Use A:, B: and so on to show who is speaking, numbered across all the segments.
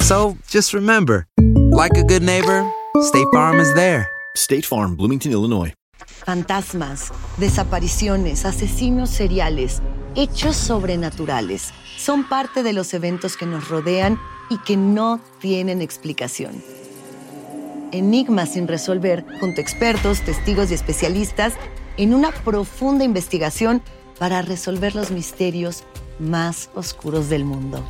A: So just remember, like a good neighbor, State Farm is there.
B: State Farm, Bloomington, Illinois.
C: Fantasmas, desapariciones, asesinos seriales, hechos sobrenaturales son parte de los eventos que nos rodean y que no tienen explicación. Enigmas sin resolver, junto a expertos, testigos y especialistas, en una profunda investigación para resolver los misterios más oscuros del mundo.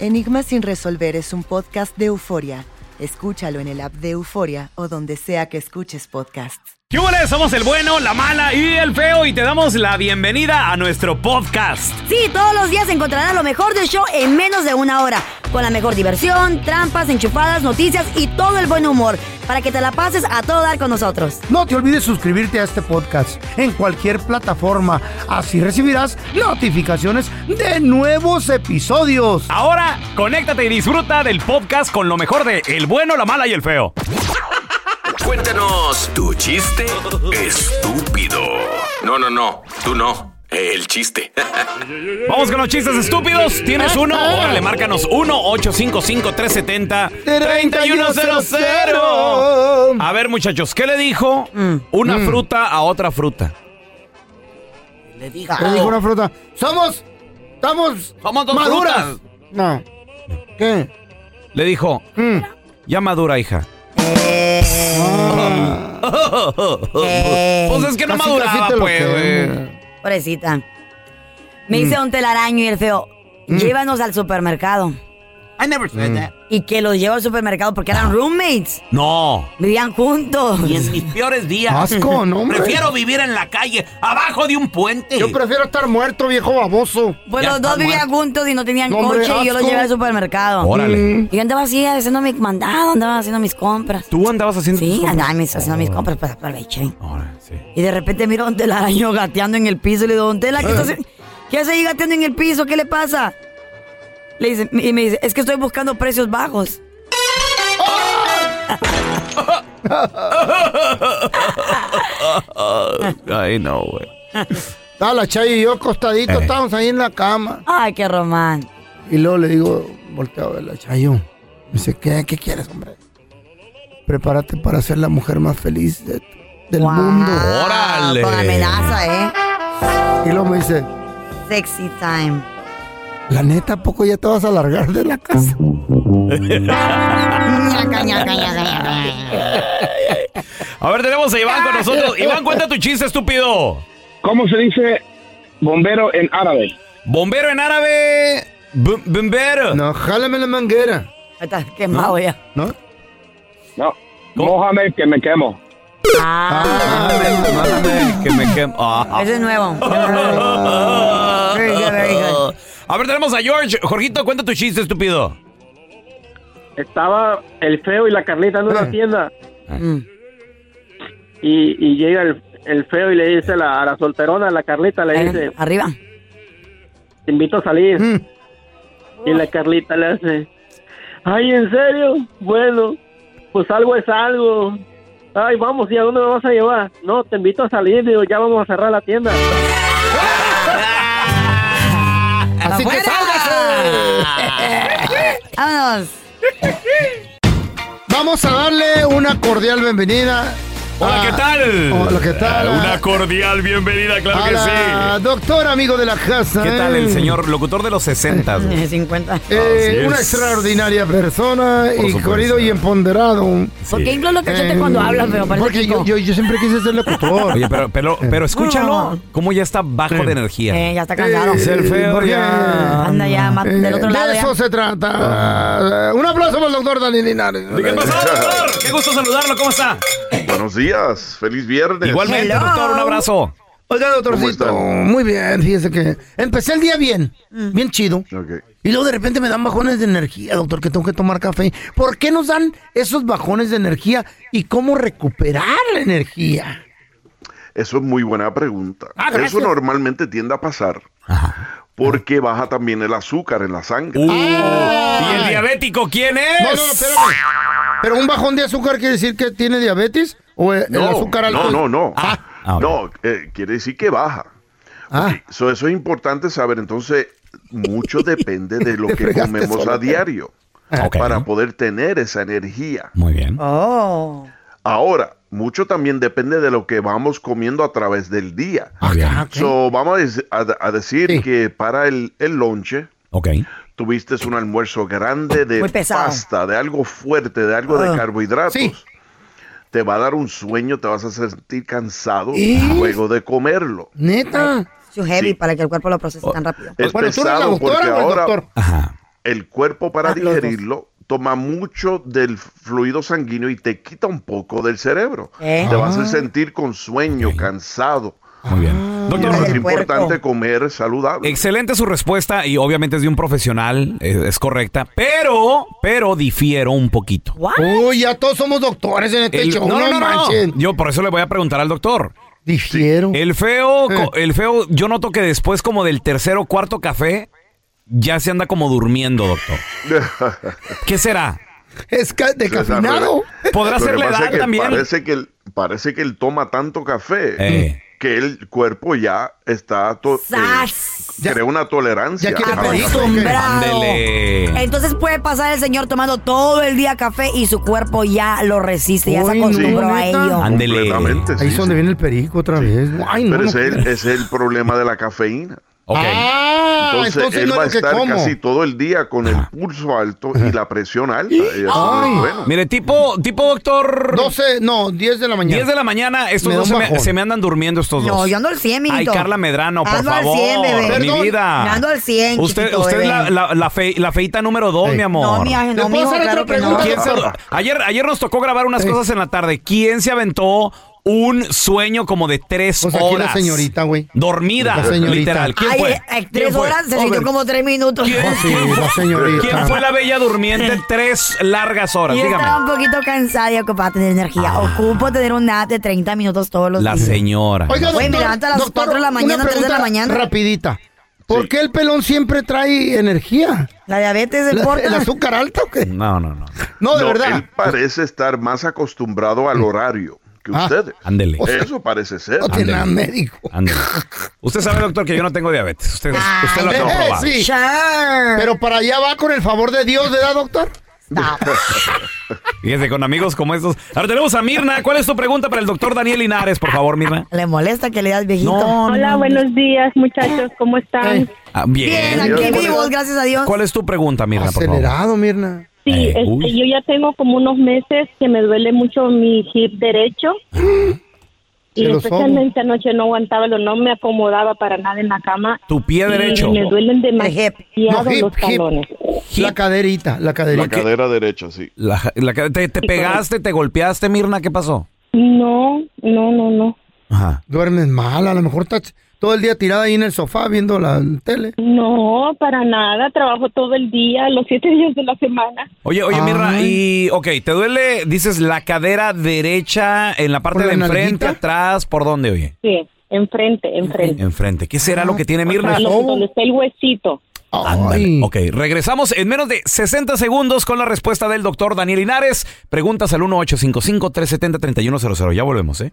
C: Enigmas sin resolver es un podcast de euforia. Escúchalo en el app de Euforia o donde sea que escuches podcasts.
D: ¿Qué hubo? Somos el bueno, la mala y el feo y te damos la bienvenida a nuestro podcast.
E: Sí, todos los días encontrarás lo mejor del show en menos de una hora. Con la mejor diversión, trampas, enchufadas, noticias y todo el buen humor. Para que te la pases a todo dar con nosotros.
F: No te olvides suscribirte a este podcast en cualquier plataforma. Así recibirás notificaciones de nuevos episodios.
D: Ahora, conéctate y disfruta del podcast con lo mejor de El bueno, la mala y el feo.
G: Cuéntanos tu chiste estúpido. No, no, no. Tú no. El chiste.
D: Vamos con los chistes estúpidos. ¿Tienes uno? Órale, márcanos 1-855-370-3100. A ver, muchachos, ¿qué le dijo una
F: Mm.
D: fruta a otra fruta?
F: Le dijo, una fruta. Somos, estamos
D: Somos dos
F: maduras.
D: frutas.
F: No. ¿Qué?
D: Le dijo,
E: Mm.
D: ya madura, hija. Pues es que no
E: Eh. Casi,
D: maduraba,
E: casi te lo
D: pues.
E: quemo.
D: güey.
E: Pobrecita. Me dice un telaraño y el feo, llévanos al supermercado. I never
D: said Mm. that.
E: Y que los llevó al supermercado porque eran roommates.
D: No.
E: Vivían juntos.
H: Y en mis peores días.
E: Asco, no, hombre.
H: Prefiero vivir en la calle, abajo de un puente.
E: Yo
F: Prefiero estar muerto, viejo baboso.
E: Pues los dos vivían juntos y no tenían
F: No, hombre,
E: coche y yo los
F: asco.
E: llevé al supermercado.
D: Órale.
E: Mm. Y yo andaba así haciendo mi mandado, andaba haciendo mis compras.
D: ¿Tú andabas haciendo
E: Sí,
D: tus compras?
E: andaba mis- haciendo mis compras, pues aproveché. Y de repente miro a Don Telaraño gateando en el piso y le digo, Don Tela, ¿qué, estás haci- qué hace ahí gateando en el piso? ¿Qué le pasa? Le dice, y me dice, es que estoy buscando precios bajos.
D: Ay, no, güey.
F: Estaba la Chay y yo acostaditos,
D: Eh.
F: estábamos ahí en la cama.
E: Ay, qué román.
F: Y luego le digo, volteo a ver la Chayo. Me dice, ¿qué, qué quieres, hombre? Prepárate para ser la mujer más feliz de- del mundo.
D: ¡Órale!
E: Con amenaza, ¿eh?
F: Y luego me dice,
E: Sexy time.
F: la neta, ¿a poco ya te vas a largar de la casa?
E: Ñaca, ñaca, ñaca, ñaca.
D: A ver, tenemos a Iván con nosotros. Iván, cuenta tu chiste, estúpido.
I: ¿Cómo se dice bombero en árabe?
D: Bombero en árabe. b- Bombero.
F: No, jálame la manguera.
E: Estás quemado ya.
F: ¿No?
I: No. Mójame que me quemo.
F: Ah.
D: Que me quem- Ah, ah.
E: Ese es nuevo.
D: A ver, tenemos a George. Jorgito, cuenta tu chiste, estúpido.
J: Estaba el feo y la Carlita en una tienda. Y, y llega el, el feo y le dice a la, a la solterona, a la Carlita, le dice...
E: Arriba.
J: Te invito a salir. Y la Carlita le hace... Ay, ¿en serio? Bueno, pues algo es algo. Ay, vamos, ¿y a dónde me vas a llevar? No, te invito a salir, digo, ya vamos a cerrar la tienda.
F: ¡Así que sálgase!
E: ¡Vámonos!
F: Vamos a darle una cordial bienvenida.
D: Hola,
F: a-
D: ¿qué tal?
F: Hola, ¿qué tal?
D: Ah, Una cordial bienvenida, claro
F: a
D: que
F: la
D: sí.
F: Doctora, amigo de la casa.
D: ¿Qué tal el
F: ¿eh?
D: señor locutor de los 60? güey?
E: 50.
F: Eh,
D: Así
F: una
D: es.
F: extraordinaria persona
D: Por
F: y
D: supuesto.
F: corrido y empoderado.
E: ¿Por qué inflas los cachetes cuando hablas, feo? Parece
F: Eh, Porque yo, yo, yo siempre quise ser locutor. Eh.
D: Oye, pero, pero, pero escúchalo, cómo ya está bajo de energía.
E: Eh, ya está cansado.
D: Es el feo,
E: ¿por qué?
D: ya.
E: Anda ya, ma- del otro
F: de
E: lado ya.
F: eso se trata. Eh, Un aplauso para el doctor Dani Linares. Eh.
D: ¿Qué pasó, doctor? Qué gusto saludarlo, ¿cómo está?
K: Buenos días, feliz viernes.
D: Igualmente, doctor, un abrazo.
F: Oiga, doctorcito, muy bien, fíjese que empecé el día bien,
E: Mm.
F: bien chido. Y luego de repente me dan bajones de energía, doctor, que tengo que tomar café. ¿Por qué nos dan esos bajones de energía y cómo recuperar la energía?
K: Eso es muy buena pregunta.
F: Ah, gracias.
K: Eso normalmente tiende a pasar. Porque baja también el azúcar en la sangre.
D: Uh, ¿Y el diabético quién es?
F: Ah. No, no, no, espérame. ¿Pero un bajón de azúcar quiere decir que tiene diabetes? ¿O el el
K: No,
F: azúcar alto?
K: no, no, no.
F: ah,
K: no, eh, quiere decir que baja.
F: Ah.
K: Ok, so eso es importante saber. Entonces, mucho depende de lo
F: Te
K: que
F: fregaste
K: comemos
F: solo,
K: a
F: Pedro.
K: diario para poder tener esa energía.
D: Muy bien.
E: Oh.
K: Ahora, mucho también depende de lo que vamos comiendo a través del día. So, vamos a dec- a, a decir que para el, el lonche
D: Ok.
K: tuviste un almuerzo grande de
E: Muy pesado.
K: pasta, de algo fuerte, de algo
E: Ah,
K: de carbohidratos. Te va a dar un sueño, te vas a sentir cansado
E: ¿Eh?
K: luego de comerlo.
F: Neta.
E: Es too heavy para que el cuerpo lo procese tan rápido.
K: Oh, Es pesado porque ahora el cuerpo
F: Ah,
K: para digerirlo toma mucho del fluido sanguíneo y te quita un poco del cerebro.
E: ¿Eh?
K: Te
E: Ah.
K: vas a hacer sentir con sueño, cansado.
D: Muy
F: Ah,
D: bien.
K: Doctor, es importante comer saludable.
D: Excelente su respuesta y obviamente es de un profesional, eh, es, correcta, pero, pero difiero un poquito.
F: Uy, ya todos somos doctores en este
D: El-
F: show.
D: no, no, no, no.
F: manchen.
D: Yo por eso le voy a preguntar al doctor.
F: Difiero. Eh.
D: El feo, co- el feo, yo noto que después como del tercer o cuarto café, ya se anda como durmiendo, doctor. ¿Qué será?
F: Es ca-
K: Lo
F: descafeinado.
K: que
D: ¿Podrá ser la
K: pasa es
D: edad
K: que
D: también?
K: Parece que, él, parece que él toma tanto café
D: Eh.
K: que el cuerpo ya está... to- eh, crea una tolerancia.
F: ya quiere
K: al
F: pedito,
K: café.
F: hombre.
K: Ándele.
E: Entonces puede pasar el señor tomando todo el día café y su cuerpo ya lo resiste, ya se
F: Ay, no,
E: acostumbró a
F: neta.
E: ello.
K: Completamente,
F: Ahí
K: sí,
F: es donde viene el perico otra vez. Ay, no,
K: Pero
F: no
K: ese es, el,
F: puedo.
K: ese es el problema de la cafeína.
F: Ah,
K: Entonces,
F: entonces
K: él
F: no es
K: va a
F: lo que
K: estar
F: como.
K: casi todo el día con el pulso alto y la presión alta. Y eso no es
F: Ay.
K: bueno.
D: Mire, tipo, tipo doctor...
F: 12, no, 10 de la mañana.
D: 10 de la mañana, estos
F: Me da
D: dos
F: un
D: se me,
F: bajón.
D: se me andan durmiendo estos dos.
E: No, yo ando al 100,
D: Ay,
E: mijito.
D: Carla Medrano, por
E: Ando al
D: favor.
E: 100, bebé.
D: Mi
E: Perdón.
D: vida.
E: Ando al 100,
D: Usted,
E: chiquito,
D: usted es
E: bebé.
D: la, la, la, fe- la feita número dos,
E: Ey.
D: mi amor.
E: No, mi ángel, no,
F: ¿Le puedo
E: mijo,
F: hacer
E: claro
F: otra
E: que no.
F: pregunta?
D: ¿Quién se- ayer, ayer nos tocó grabar unas cosas en la tarde. ¿Quién se aventó un sueño como de tres
F: Pues aquí
D: horas?
F: la señorita, güey.
D: Dormida,
F: La señorita.
D: literal. ¿Quién
E: Ay,
D: fue?
E: eh, eh,
D: ¿Quién
E: tres
D: fue?
E: horas se sintió
D: Over.
E: como tres minutos.
F: Oh, sí, la señorita.
D: ¿Quién fue la bella durmiente tres largas horas?
E: Yo
D: Dígame.
E: estaba un poquito cansada y ocupada tener energía. Ocupo tener un nap de 30 minutos todos los
D: La
E: días.
D: señora.
F: Oiga,
E: Güey, me
F: doctor,
E: levanto a las
F: doctor,
E: 4 de la
F: una
E: mañana, 3 de la
F: pregunta
E: mañana.
F: Rapidita. ¿Por qué el pelón siempre trae energía?
E: La diabetes del
F: ¿La-
E: porta.
F: ¿El azúcar alta o qué?
D: No, no, no.
F: No, de verdad.
K: Él parece estar más acostumbrado al horario que
F: Ah,
K: ustedes.
D: ándele.
K: Eso parece ser.
F: No tiene nada médico.
D: Ándale. Usted sabe, doctor, que yo no tengo diabetes. Usted, usted lo ha
F: Eh,
D: comprobado.
F: sí. Pero para allá va con el favor de Dios, ¿verdad, doctor?
E: pues.
D: Fíjese, con amigos como estos. Ahora tenemos a Mirna. ¿Cuál es tu pregunta para el doctor Daniel Linares, por favor, Mirna?
E: ¿Le molesta que le das viejito?
L: Hola, buenos días, muchachos. ¿Cómo están?
D: Ah, bien.
E: Bien, aquí vivos, gracias a Dios.
D: ¿Cuál es tu pregunta, Mirna, por favor?
F: Acelerado, Mirna.
L: Sí,
D: Eh,
L: este,
D: uy.
L: yo ya tengo como unos meses que me duele mucho mi hip derecho.
F: Se
L: Y
F: lo
L: especialmente anoche no aguantaba, lo- no me acomodaba para nada en la cama.
D: Tu pie
L: Y
D: derecho.
L: me duelen demasiado
F: No, hip,
L: los
F: hip.
L: talones.
F: La caderita, la
K: La
F: caderita.
K: cadera derecha, sí.
D: La- la que- te, te pegaste, te golpeaste, Mirna? ¿Qué pasó?
L: No, no, no, no.
D: Ajá.
F: Duermes mal, a lo mejor estás todo el día tirada ahí en el sofá viendo la tele.
L: No, para nada. Trabajo todo el día, los siete días de la semana.
D: Oye, oye, Mirna, y, ok, ¿te duele, dices, la cadera derecha en la parte
F: ¿Por
D: de
F: la
D: enfrente,
F: nalguita?
D: atrás? ¿Por dónde, oye?
L: Sí, enfrente, enfrente.
D: Enfrente. ¿Qué será lo que tiene Mirna?
F: Oh.
L: Lo- Donde está el huesito.
D: Ándale. Ok, regresamos en menos de 60 segundos con la respuesta del doctor Daniel Linares. Preguntas al 1855-370-3100. Ya volvemos, ¿eh?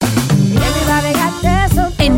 M: En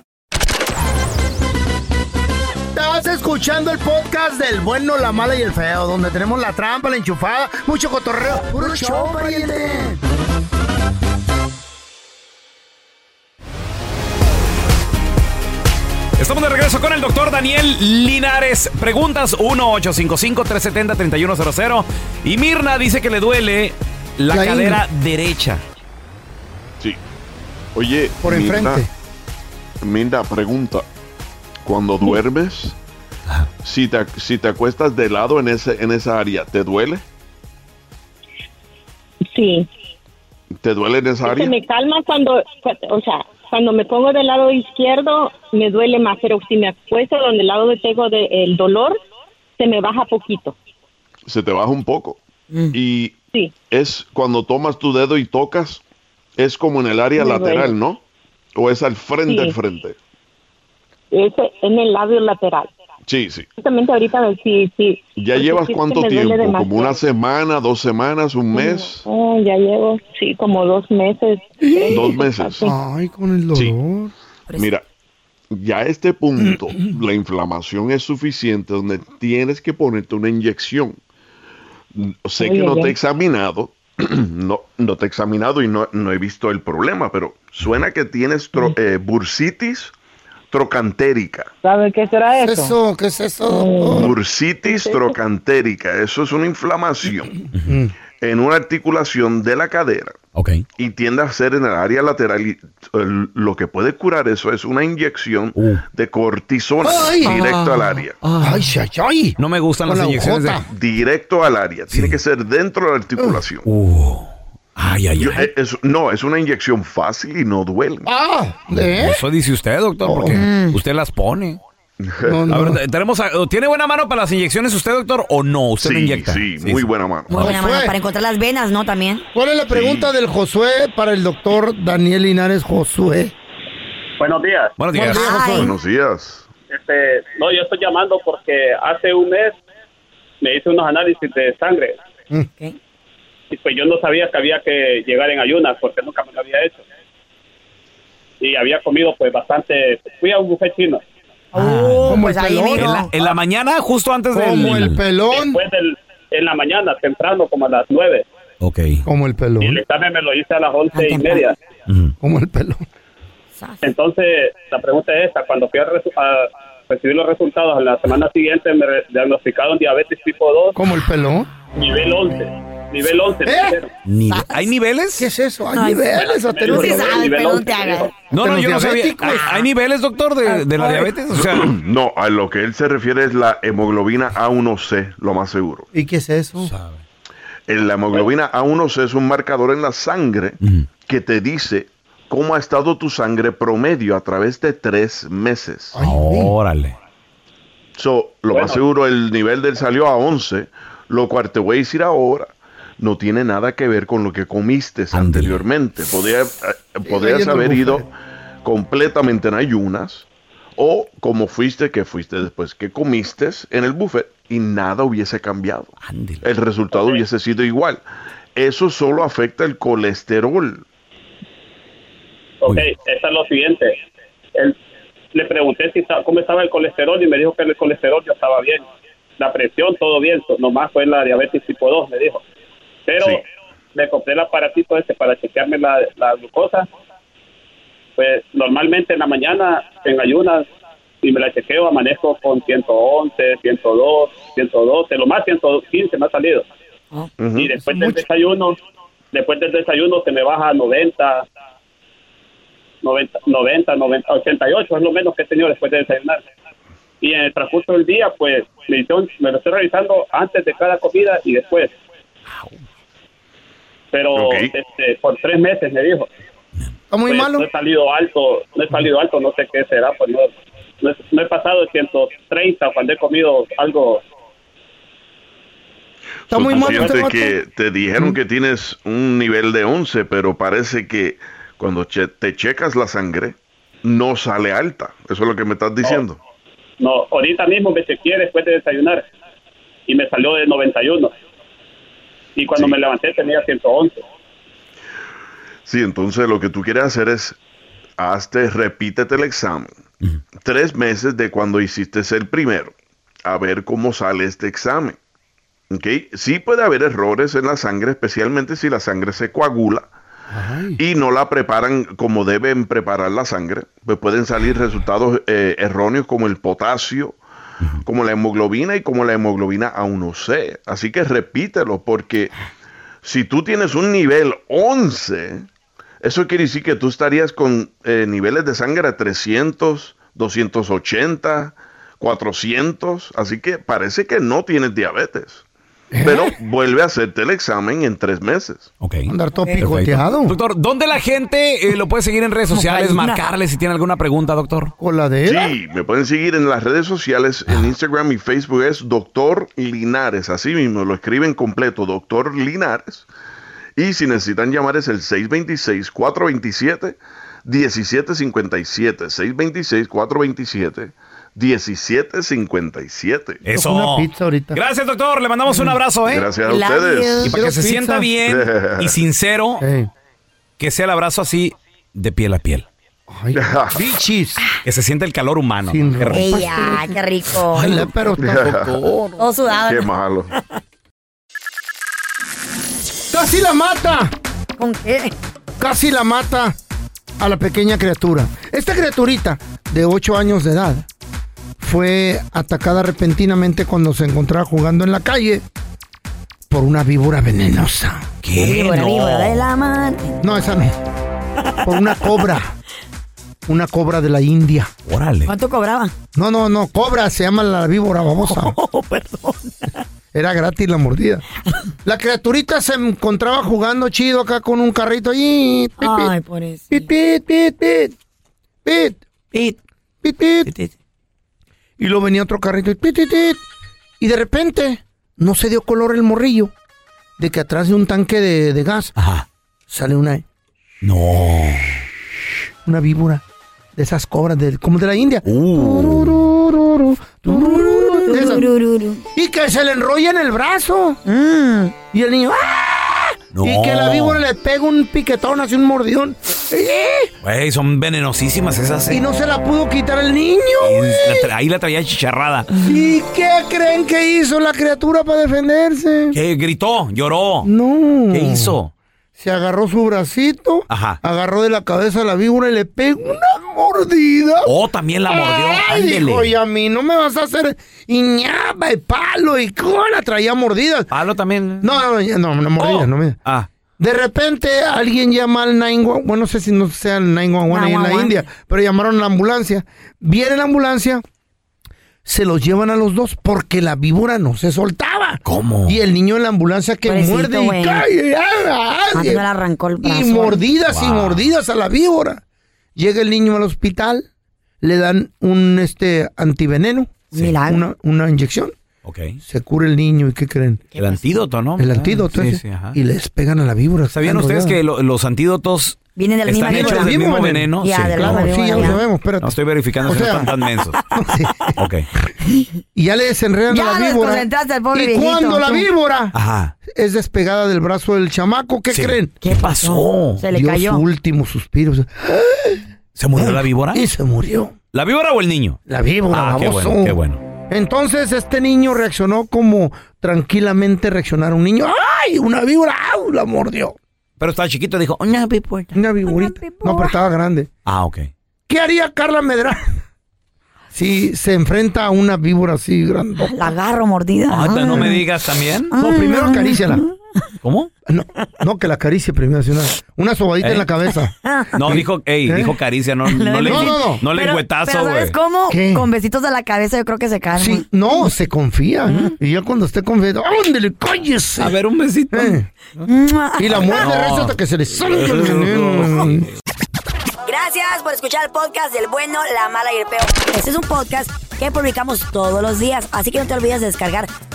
F: Estás escuchando el podcast del bueno, la mala y el feo, donde tenemos la trampa, la enchufada, mucho cotorreo. ¡Puro show, pariente!
D: Estamos de regreso con el doctor Daniel Linares. Preguntas 1-855-370-3100. Y Mirna dice que le duele la,
K: La
D: cadera derecha.
K: Sí. Oye.
D: Por
K: Mirna,
D: enfrente.
K: Mirna, pregunta. Cuando duermes, si te, ac- si te acuestas de lado en, ese, en esa área, ¿te duele?
L: Sí.
K: ¿Te duele en esa área?
L: Se me calma cuando, cu- o sea, cuando me pongo del lado izquierdo me duele más, pero si me acuesto donde el lado de tengo de- el dolor, se me baja poquito.
K: Se te baja un poco. Y
L: Sí.
K: es cuando tomas tu dedo y tocas, es como en el área
L: Me
K: lateral,
L: duele.
K: ¿no? O es al frente,
L: Sí.
K: al frente.
L: Ese en el labio lateral.
K: Sí, sí.
L: Exactamente ahorita me- sí, sí.
K: ¿Ya
L: Porque
K: llevas
L: sí se
K: cuánto
L: me duele
K: tiempo?
L: demasiado.
K: ¿Como una semana, dos semanas, un mes?
L: Oh, ya llevo, sí, como dos meses.
K: Dos meses.
F: Ay, con el dolor.
K: Mira, ya a este punto la inflamación es suficiente donde tienes que ponerte una inyección. Sé
N: Ay,
K: que no
N: ay,
K: te he
N: ay.
K: examinado, no, no te he examinado y no, no he visto el problema, pero suena que tienes tro- eh, bursitis trocantérica.
O: ¿Sabe qué será
F: eso? ¿Qué es eso?
K: Mm.
F: doctor?
K: Bursitis trocantérica, eso es una inflamación en una articulación de la cadera y tiende a ser en el área lateral. Y, eh, lo que puede curar eso es una inyección
D: Uh.
K: de cortisona
F: Ay.
K: directo al
F: Ah.
K: área.
F: Ay, ay, ay.
D: No me gustan
F: Con
D: las
F: la
D: inyecciones de...
F: agujota.
K: Directo al área, tiene que ser dentro de la articulación.
D: Uh. Ay, ay,
K: Yo- eh, es- no, es una inyección fácil y no duele.
F: Ah, ¿eh? Oh. Mm.
D: Eso dice usted, doctor, porque usted las pone.
K: No,
D: A ver,
K: no.
D: te- tenemos a- ¿Tiene buena mano para las inyecciones usted, doctor, o no? ¿Usted
K: Sí,
D: no inyecta?
K: sí, muy buena mano.
E: Muy buena
F: Josué.
E: mano para encontrar las venas, ¿no? También.
F: ¿Cuál es la pregunta del Josué para el doctor Daniel Linares Josué?
N: Buenos días.
D: Buenos
F: días. Buenos días, Josué.
K: Buenos días.
N: Este, no, yo estoy llamando porque hace un mes me hice unos análisis de sangre.
D: Mm.
N: Y pues yo no sabía que había que llegar en ayunas porque nunca me lo había hecho. Y había comido pues bastante. Fui a un buffet chino. Oh,
F: Como
N: pues
F: el
D: ¿En la,
F: pelón.
D: en la mañana, justo antes del...
F: Como el pelón.
N: Después del, en la mañana, temprano, como a las nueve.
D: Ok.
F: Como el
N: Y el
F: pelón.
N: examen me lo hice a las once y media.
F: Como el pelón.
N: Entonces, la pregunta es esta. Cuando fui a, resu- a recibir los resultados, en la semana siguiente me re- diagnosticaron diabetes tipo 2,
F: Como el pelón.
N: nivel 11. nivel 11.
F: ¿Eh?
D: Nive- ¿Hay niveles? ¿Qué
F: es eso? Hay
D: Ay,
F: niveles,
D: no
F: Otero.
D: se sabe,
F: Nivel
D: pero no
F: 11,
D: te hagas.
F: nivel
D: No, no,
K: Pero
D: yo no sabía.
K: diabéticos.
D: Ah, ¿Hay niveles, doctor, de, de la diabetes? O sea,
K: no, a lo que él se refiere es la hemoglobina A1C, lo más seguro.
F: ¿Y qué es eso?
K: El- La hemoglobina A1C es un marcador en la sangre que te dice cómo ha estado tu sangre promedio a través de tres meses.
D: órale.
K: So, lo más seguro, el nivel del salió a 11, lo cual te voy a decir ahora. No tiene nada que ver con lo que comiste anteriormente. Podría, eh, podrías
F: leyendo
K: haber
F: el
K: ido completamente en ayunas o como fuiste, que fuiste después que comiste en el buffet y nada hubiese cambiado. El resultado hubiese sido igual. Eso solo afecta el colesterol.
N: Ok, esa es lo siguiente. Él- le pregunté si estaba- cómo estaba el colesterol y me dijo que el colesterol ya estaba bien. La presión, todo bien. so- Nomás fue la diabetes tipo 2, me dijo. Pero me compré el aparatito este para chequearme la, la glucosa. Pues normalmente en la mañana, en ayunas, y me la chequeo, amanezco con 111, 102, 112, lo más 115 me ha salido. Y después del desayuno, después del desayuno se me baja a 90, 90, 90, 90, 88 es lo menos que he tenido después de desayunar. Y en el transcurso del día, pues, me, hizo- me lo estoy revisando antes de cada comida y después. Pero este, por tres meses me dijo.
F: Está muy
N: malo. No he salido alto, no he salido alto, no sé qué será, pues no, no he, no he pasado de 130 cuando he comido algo.
F: Está
K: So,
F: muy
K: tú
F: mal
K: sientes
F: este vato.
K: que te dijeron que tienes un nivel de 11, pero parece que cuando che- te checas la sangre, no sale alta. Eso es lo que me estás diciendo.
N: No, ahorita mismo me chequeé después de desayunar y me salió de 91. Y cuando me levanté tenía 111.
K: Sí, entonces lo que tú quieres hacer es, hazte, repítete el examen. Tres meses de cuando hiciste el primero. A ver cómo sale este examen. ¿Ok? Sí puede haber errores en la sangre, especialmente si la sangre se coagula. y no la preparan como deben preparar la sangre, pues pueden salir resultados eh, erróneos como el potasio, como la hemoglobina y como la hemoglobina A1C. Así que repítelo porque si tú tienes un nivel 11, eso quiere decir que tú estarías con eh, niveles de sangre a 300, 280, 400, así que parece que no tienes diabetes. Pero vuelve a hacerte el examen en tres meses.
F: Andar todo
D: Perfecto.
F: picoteado.
D: Doctor, ¿dónde la gente eh, lo puede seguir en redes
F: No,
D: sociales?
F: gallina.
D: Marcarle si tiene alguna pregunta, doctor.
F: ¿Coladera?
K: Sí, me pueden seguir en las redes sociales, en Instagram y Facebook es Doctor Linares, así mismo lo escriben completo, Doctor Linares. Y si necesitan llamar es el 626-427-1757, 626-427-1757.
D: Eso. Una pizza
F: ahorita.
D: Gracias, doctor. Le mandamos un abrazo, ¿eh?
K: Gracias a Love ustedes. you.
D: Y para que
K: Quiero
D: se
K: pizza.
D: sienta bien y sincero, que sea el abrazo así de piel a piel.
F: Bichis.
D: Que se sienta el calor humano.
F: Sin
D: Qué rico.
E: Ey, ya, qué rico.
F: pues, Ay, la- pero está doctor.
E: Todo sudado.
K: Qué malo.
F: ¡Casi la mata!
E: ¿Con qué?
F: Casi la mata a la pequeña criatura. Esta criaturita de 8 años de edad fue atacada repentinamente cuando se encontraba jugando en la calle por una víbora venenosa.
E: La víbora, víbora ¿eh? de la mano.
F: No, esa no. Por una cobra. Una cobra de la India.
D: Órale.
E: ¿Cuánto cobraba?
F: No, no, no. Cobra se llama la víbora babosa. Oh, perdón. Era gratis la mordida. La criaturita se encontraba jugando chido acá con un carrito allí. Pit, pit.
E: Ay, por eso.
F: Pit, pit, pit, pit. Pit. Pit. Pit, pit. Y luego venía otro carrito. y Pit, pit, pit. Y de repente no se dio color el morrillo de que atrás de un tanque de, de gas sale una...
D: No.
F: Una víbora de esas cobras, de, como de la India. Turururu, turururu, de esas. Y que se le enrolla en el brazo. Y el niño... ¡ah! Y que la víbora le pega un piquetón, así un mordión. ¡Eh!
D: Güey, son venenosísimas esas. eh.
F: Y no se la pudo quitar el niño.
D: La tra- ahí la traía chicharrada.
F: ¿Y qué creen que hizo la criatura para defenderse?
D: ¿Qué? ¿Gritó? Eh, ¿Lloró?
F: No.
D: ¿Qué hizo?
F: se agarró su bracito, agarró de la cabeza la víbora y le pegó una mordida.
D: Oh, también la mordió.
F: Ay,
D: ándele.
F: dijo, y a mí no me vas a hacer iñapa y palo y cola, traía mordidas.
D: Palo también.
F: No, no, no, no, no mordida, no me.
D: Ah.
F: De repente alguien llama al 911, bueno, no sé si no sea el 911 ahí en la
O: 911.
F: India, pero llamaron a la ambulancia. Viene la ambulancia, se los llevan a los dos porque la víbora no se soltaba.
D: ¿Cómo?
F: Y el niño en la ambulancia que
E: Pobrecito,
F: muerde
E: güey.
F: y cae. ah,
E: Ah,
F: ah,
E: no le arrancó el brazo.
F: y mordidas y
E: Wow.
F: mordidas a la víbora. Llega el niño al hospital, le dan un este antiveneno, una, una inyección.
D: Ok.
F: Se cura el niño y ¿qué creen?
D: El antídoto, ¿no?
F: El antídoto
D: Ah, sí,
F: ese.
D: sí, ajá.
F: y les pegan a la víbora.
D: ¿Sabían
F: Están
D: ustedes
F: rodeadas.
D: que lo- los antídotos
E: Vienen del
D: están
E: mismo
D: hechos del
E: veneno.
D: mismo veneno?
E: Ya, del mismo
F: Sí, ya lo
E: veneno.
F: sabemos, espérate.
D: No estoy verificando
F: O
D: si no
F: sea-
D: están tan mensos. Ok.
F: Y ya le desenredan
E: Ya
F: a
E: lo
F: la víbora.
E: desconcentraste al pobre
F: y
E: viejito,
F: cuando la
E: tú.
F: víbora
D: Ajá.
F: es despegada del brazo del chamaco, ¿qué
D: Sí.
F: creen?
D: ¿Qué pasó? Se le
F: Dio
D: cayó.
F: su último suspiro.
D: ¿Se murió la víbora?
F: Y se murió.
D: ¿La víbora o el niño?
F: La víbora,
D: Ah, qué
F: baboso.
D: bueno, qué bueno.
F: Entonces este niño reaccionó como tranquilamente reaccionara un niño. ¡Ay! Una víbora ¡au! la mordió.
D: Pero estaba chiquito, dijo, una víbora.
F: Una víborita. No, pero estaba grande.
D: Ah, ok.
F: ¿Qué haría Carla Medrano? Si se enfrenta a una víbora así grande.
E: La agarro mordida.
D: Ahorita no
E: Ah.
D: me digas también.
F: No, primero acaríciala.
D: ¿Cómo?
F: No, no que la acaricie primero, así una, una sobadita
D: ¿Eh?
F: en la cabeza.
D: No, dijo, ey,
F: ¿Eh?
D: dijo caricia, no,
F: No,
D: no, le,
F: no, no.
D: no le
E: Pero-
D: güetazo,
E: Pero
D: güey.
E: ¿sabes cómo?
F: ¿Qué?
E: Con besitos a la cabeza yo creo que se calma.
F: Sí, no, se confía. Y ya cuando esté confiado, ¡ándale, cállese! A
D: ver, un besito.
F: Y la muerte
E: No.
F: resto hasta que se le salga el
E: No.
F: veneno.
E: Gracias por escuchar el podcast del bueno, la mala y el peor. Este es un podcast que publicamos todos los días, así que no te olvides de descargar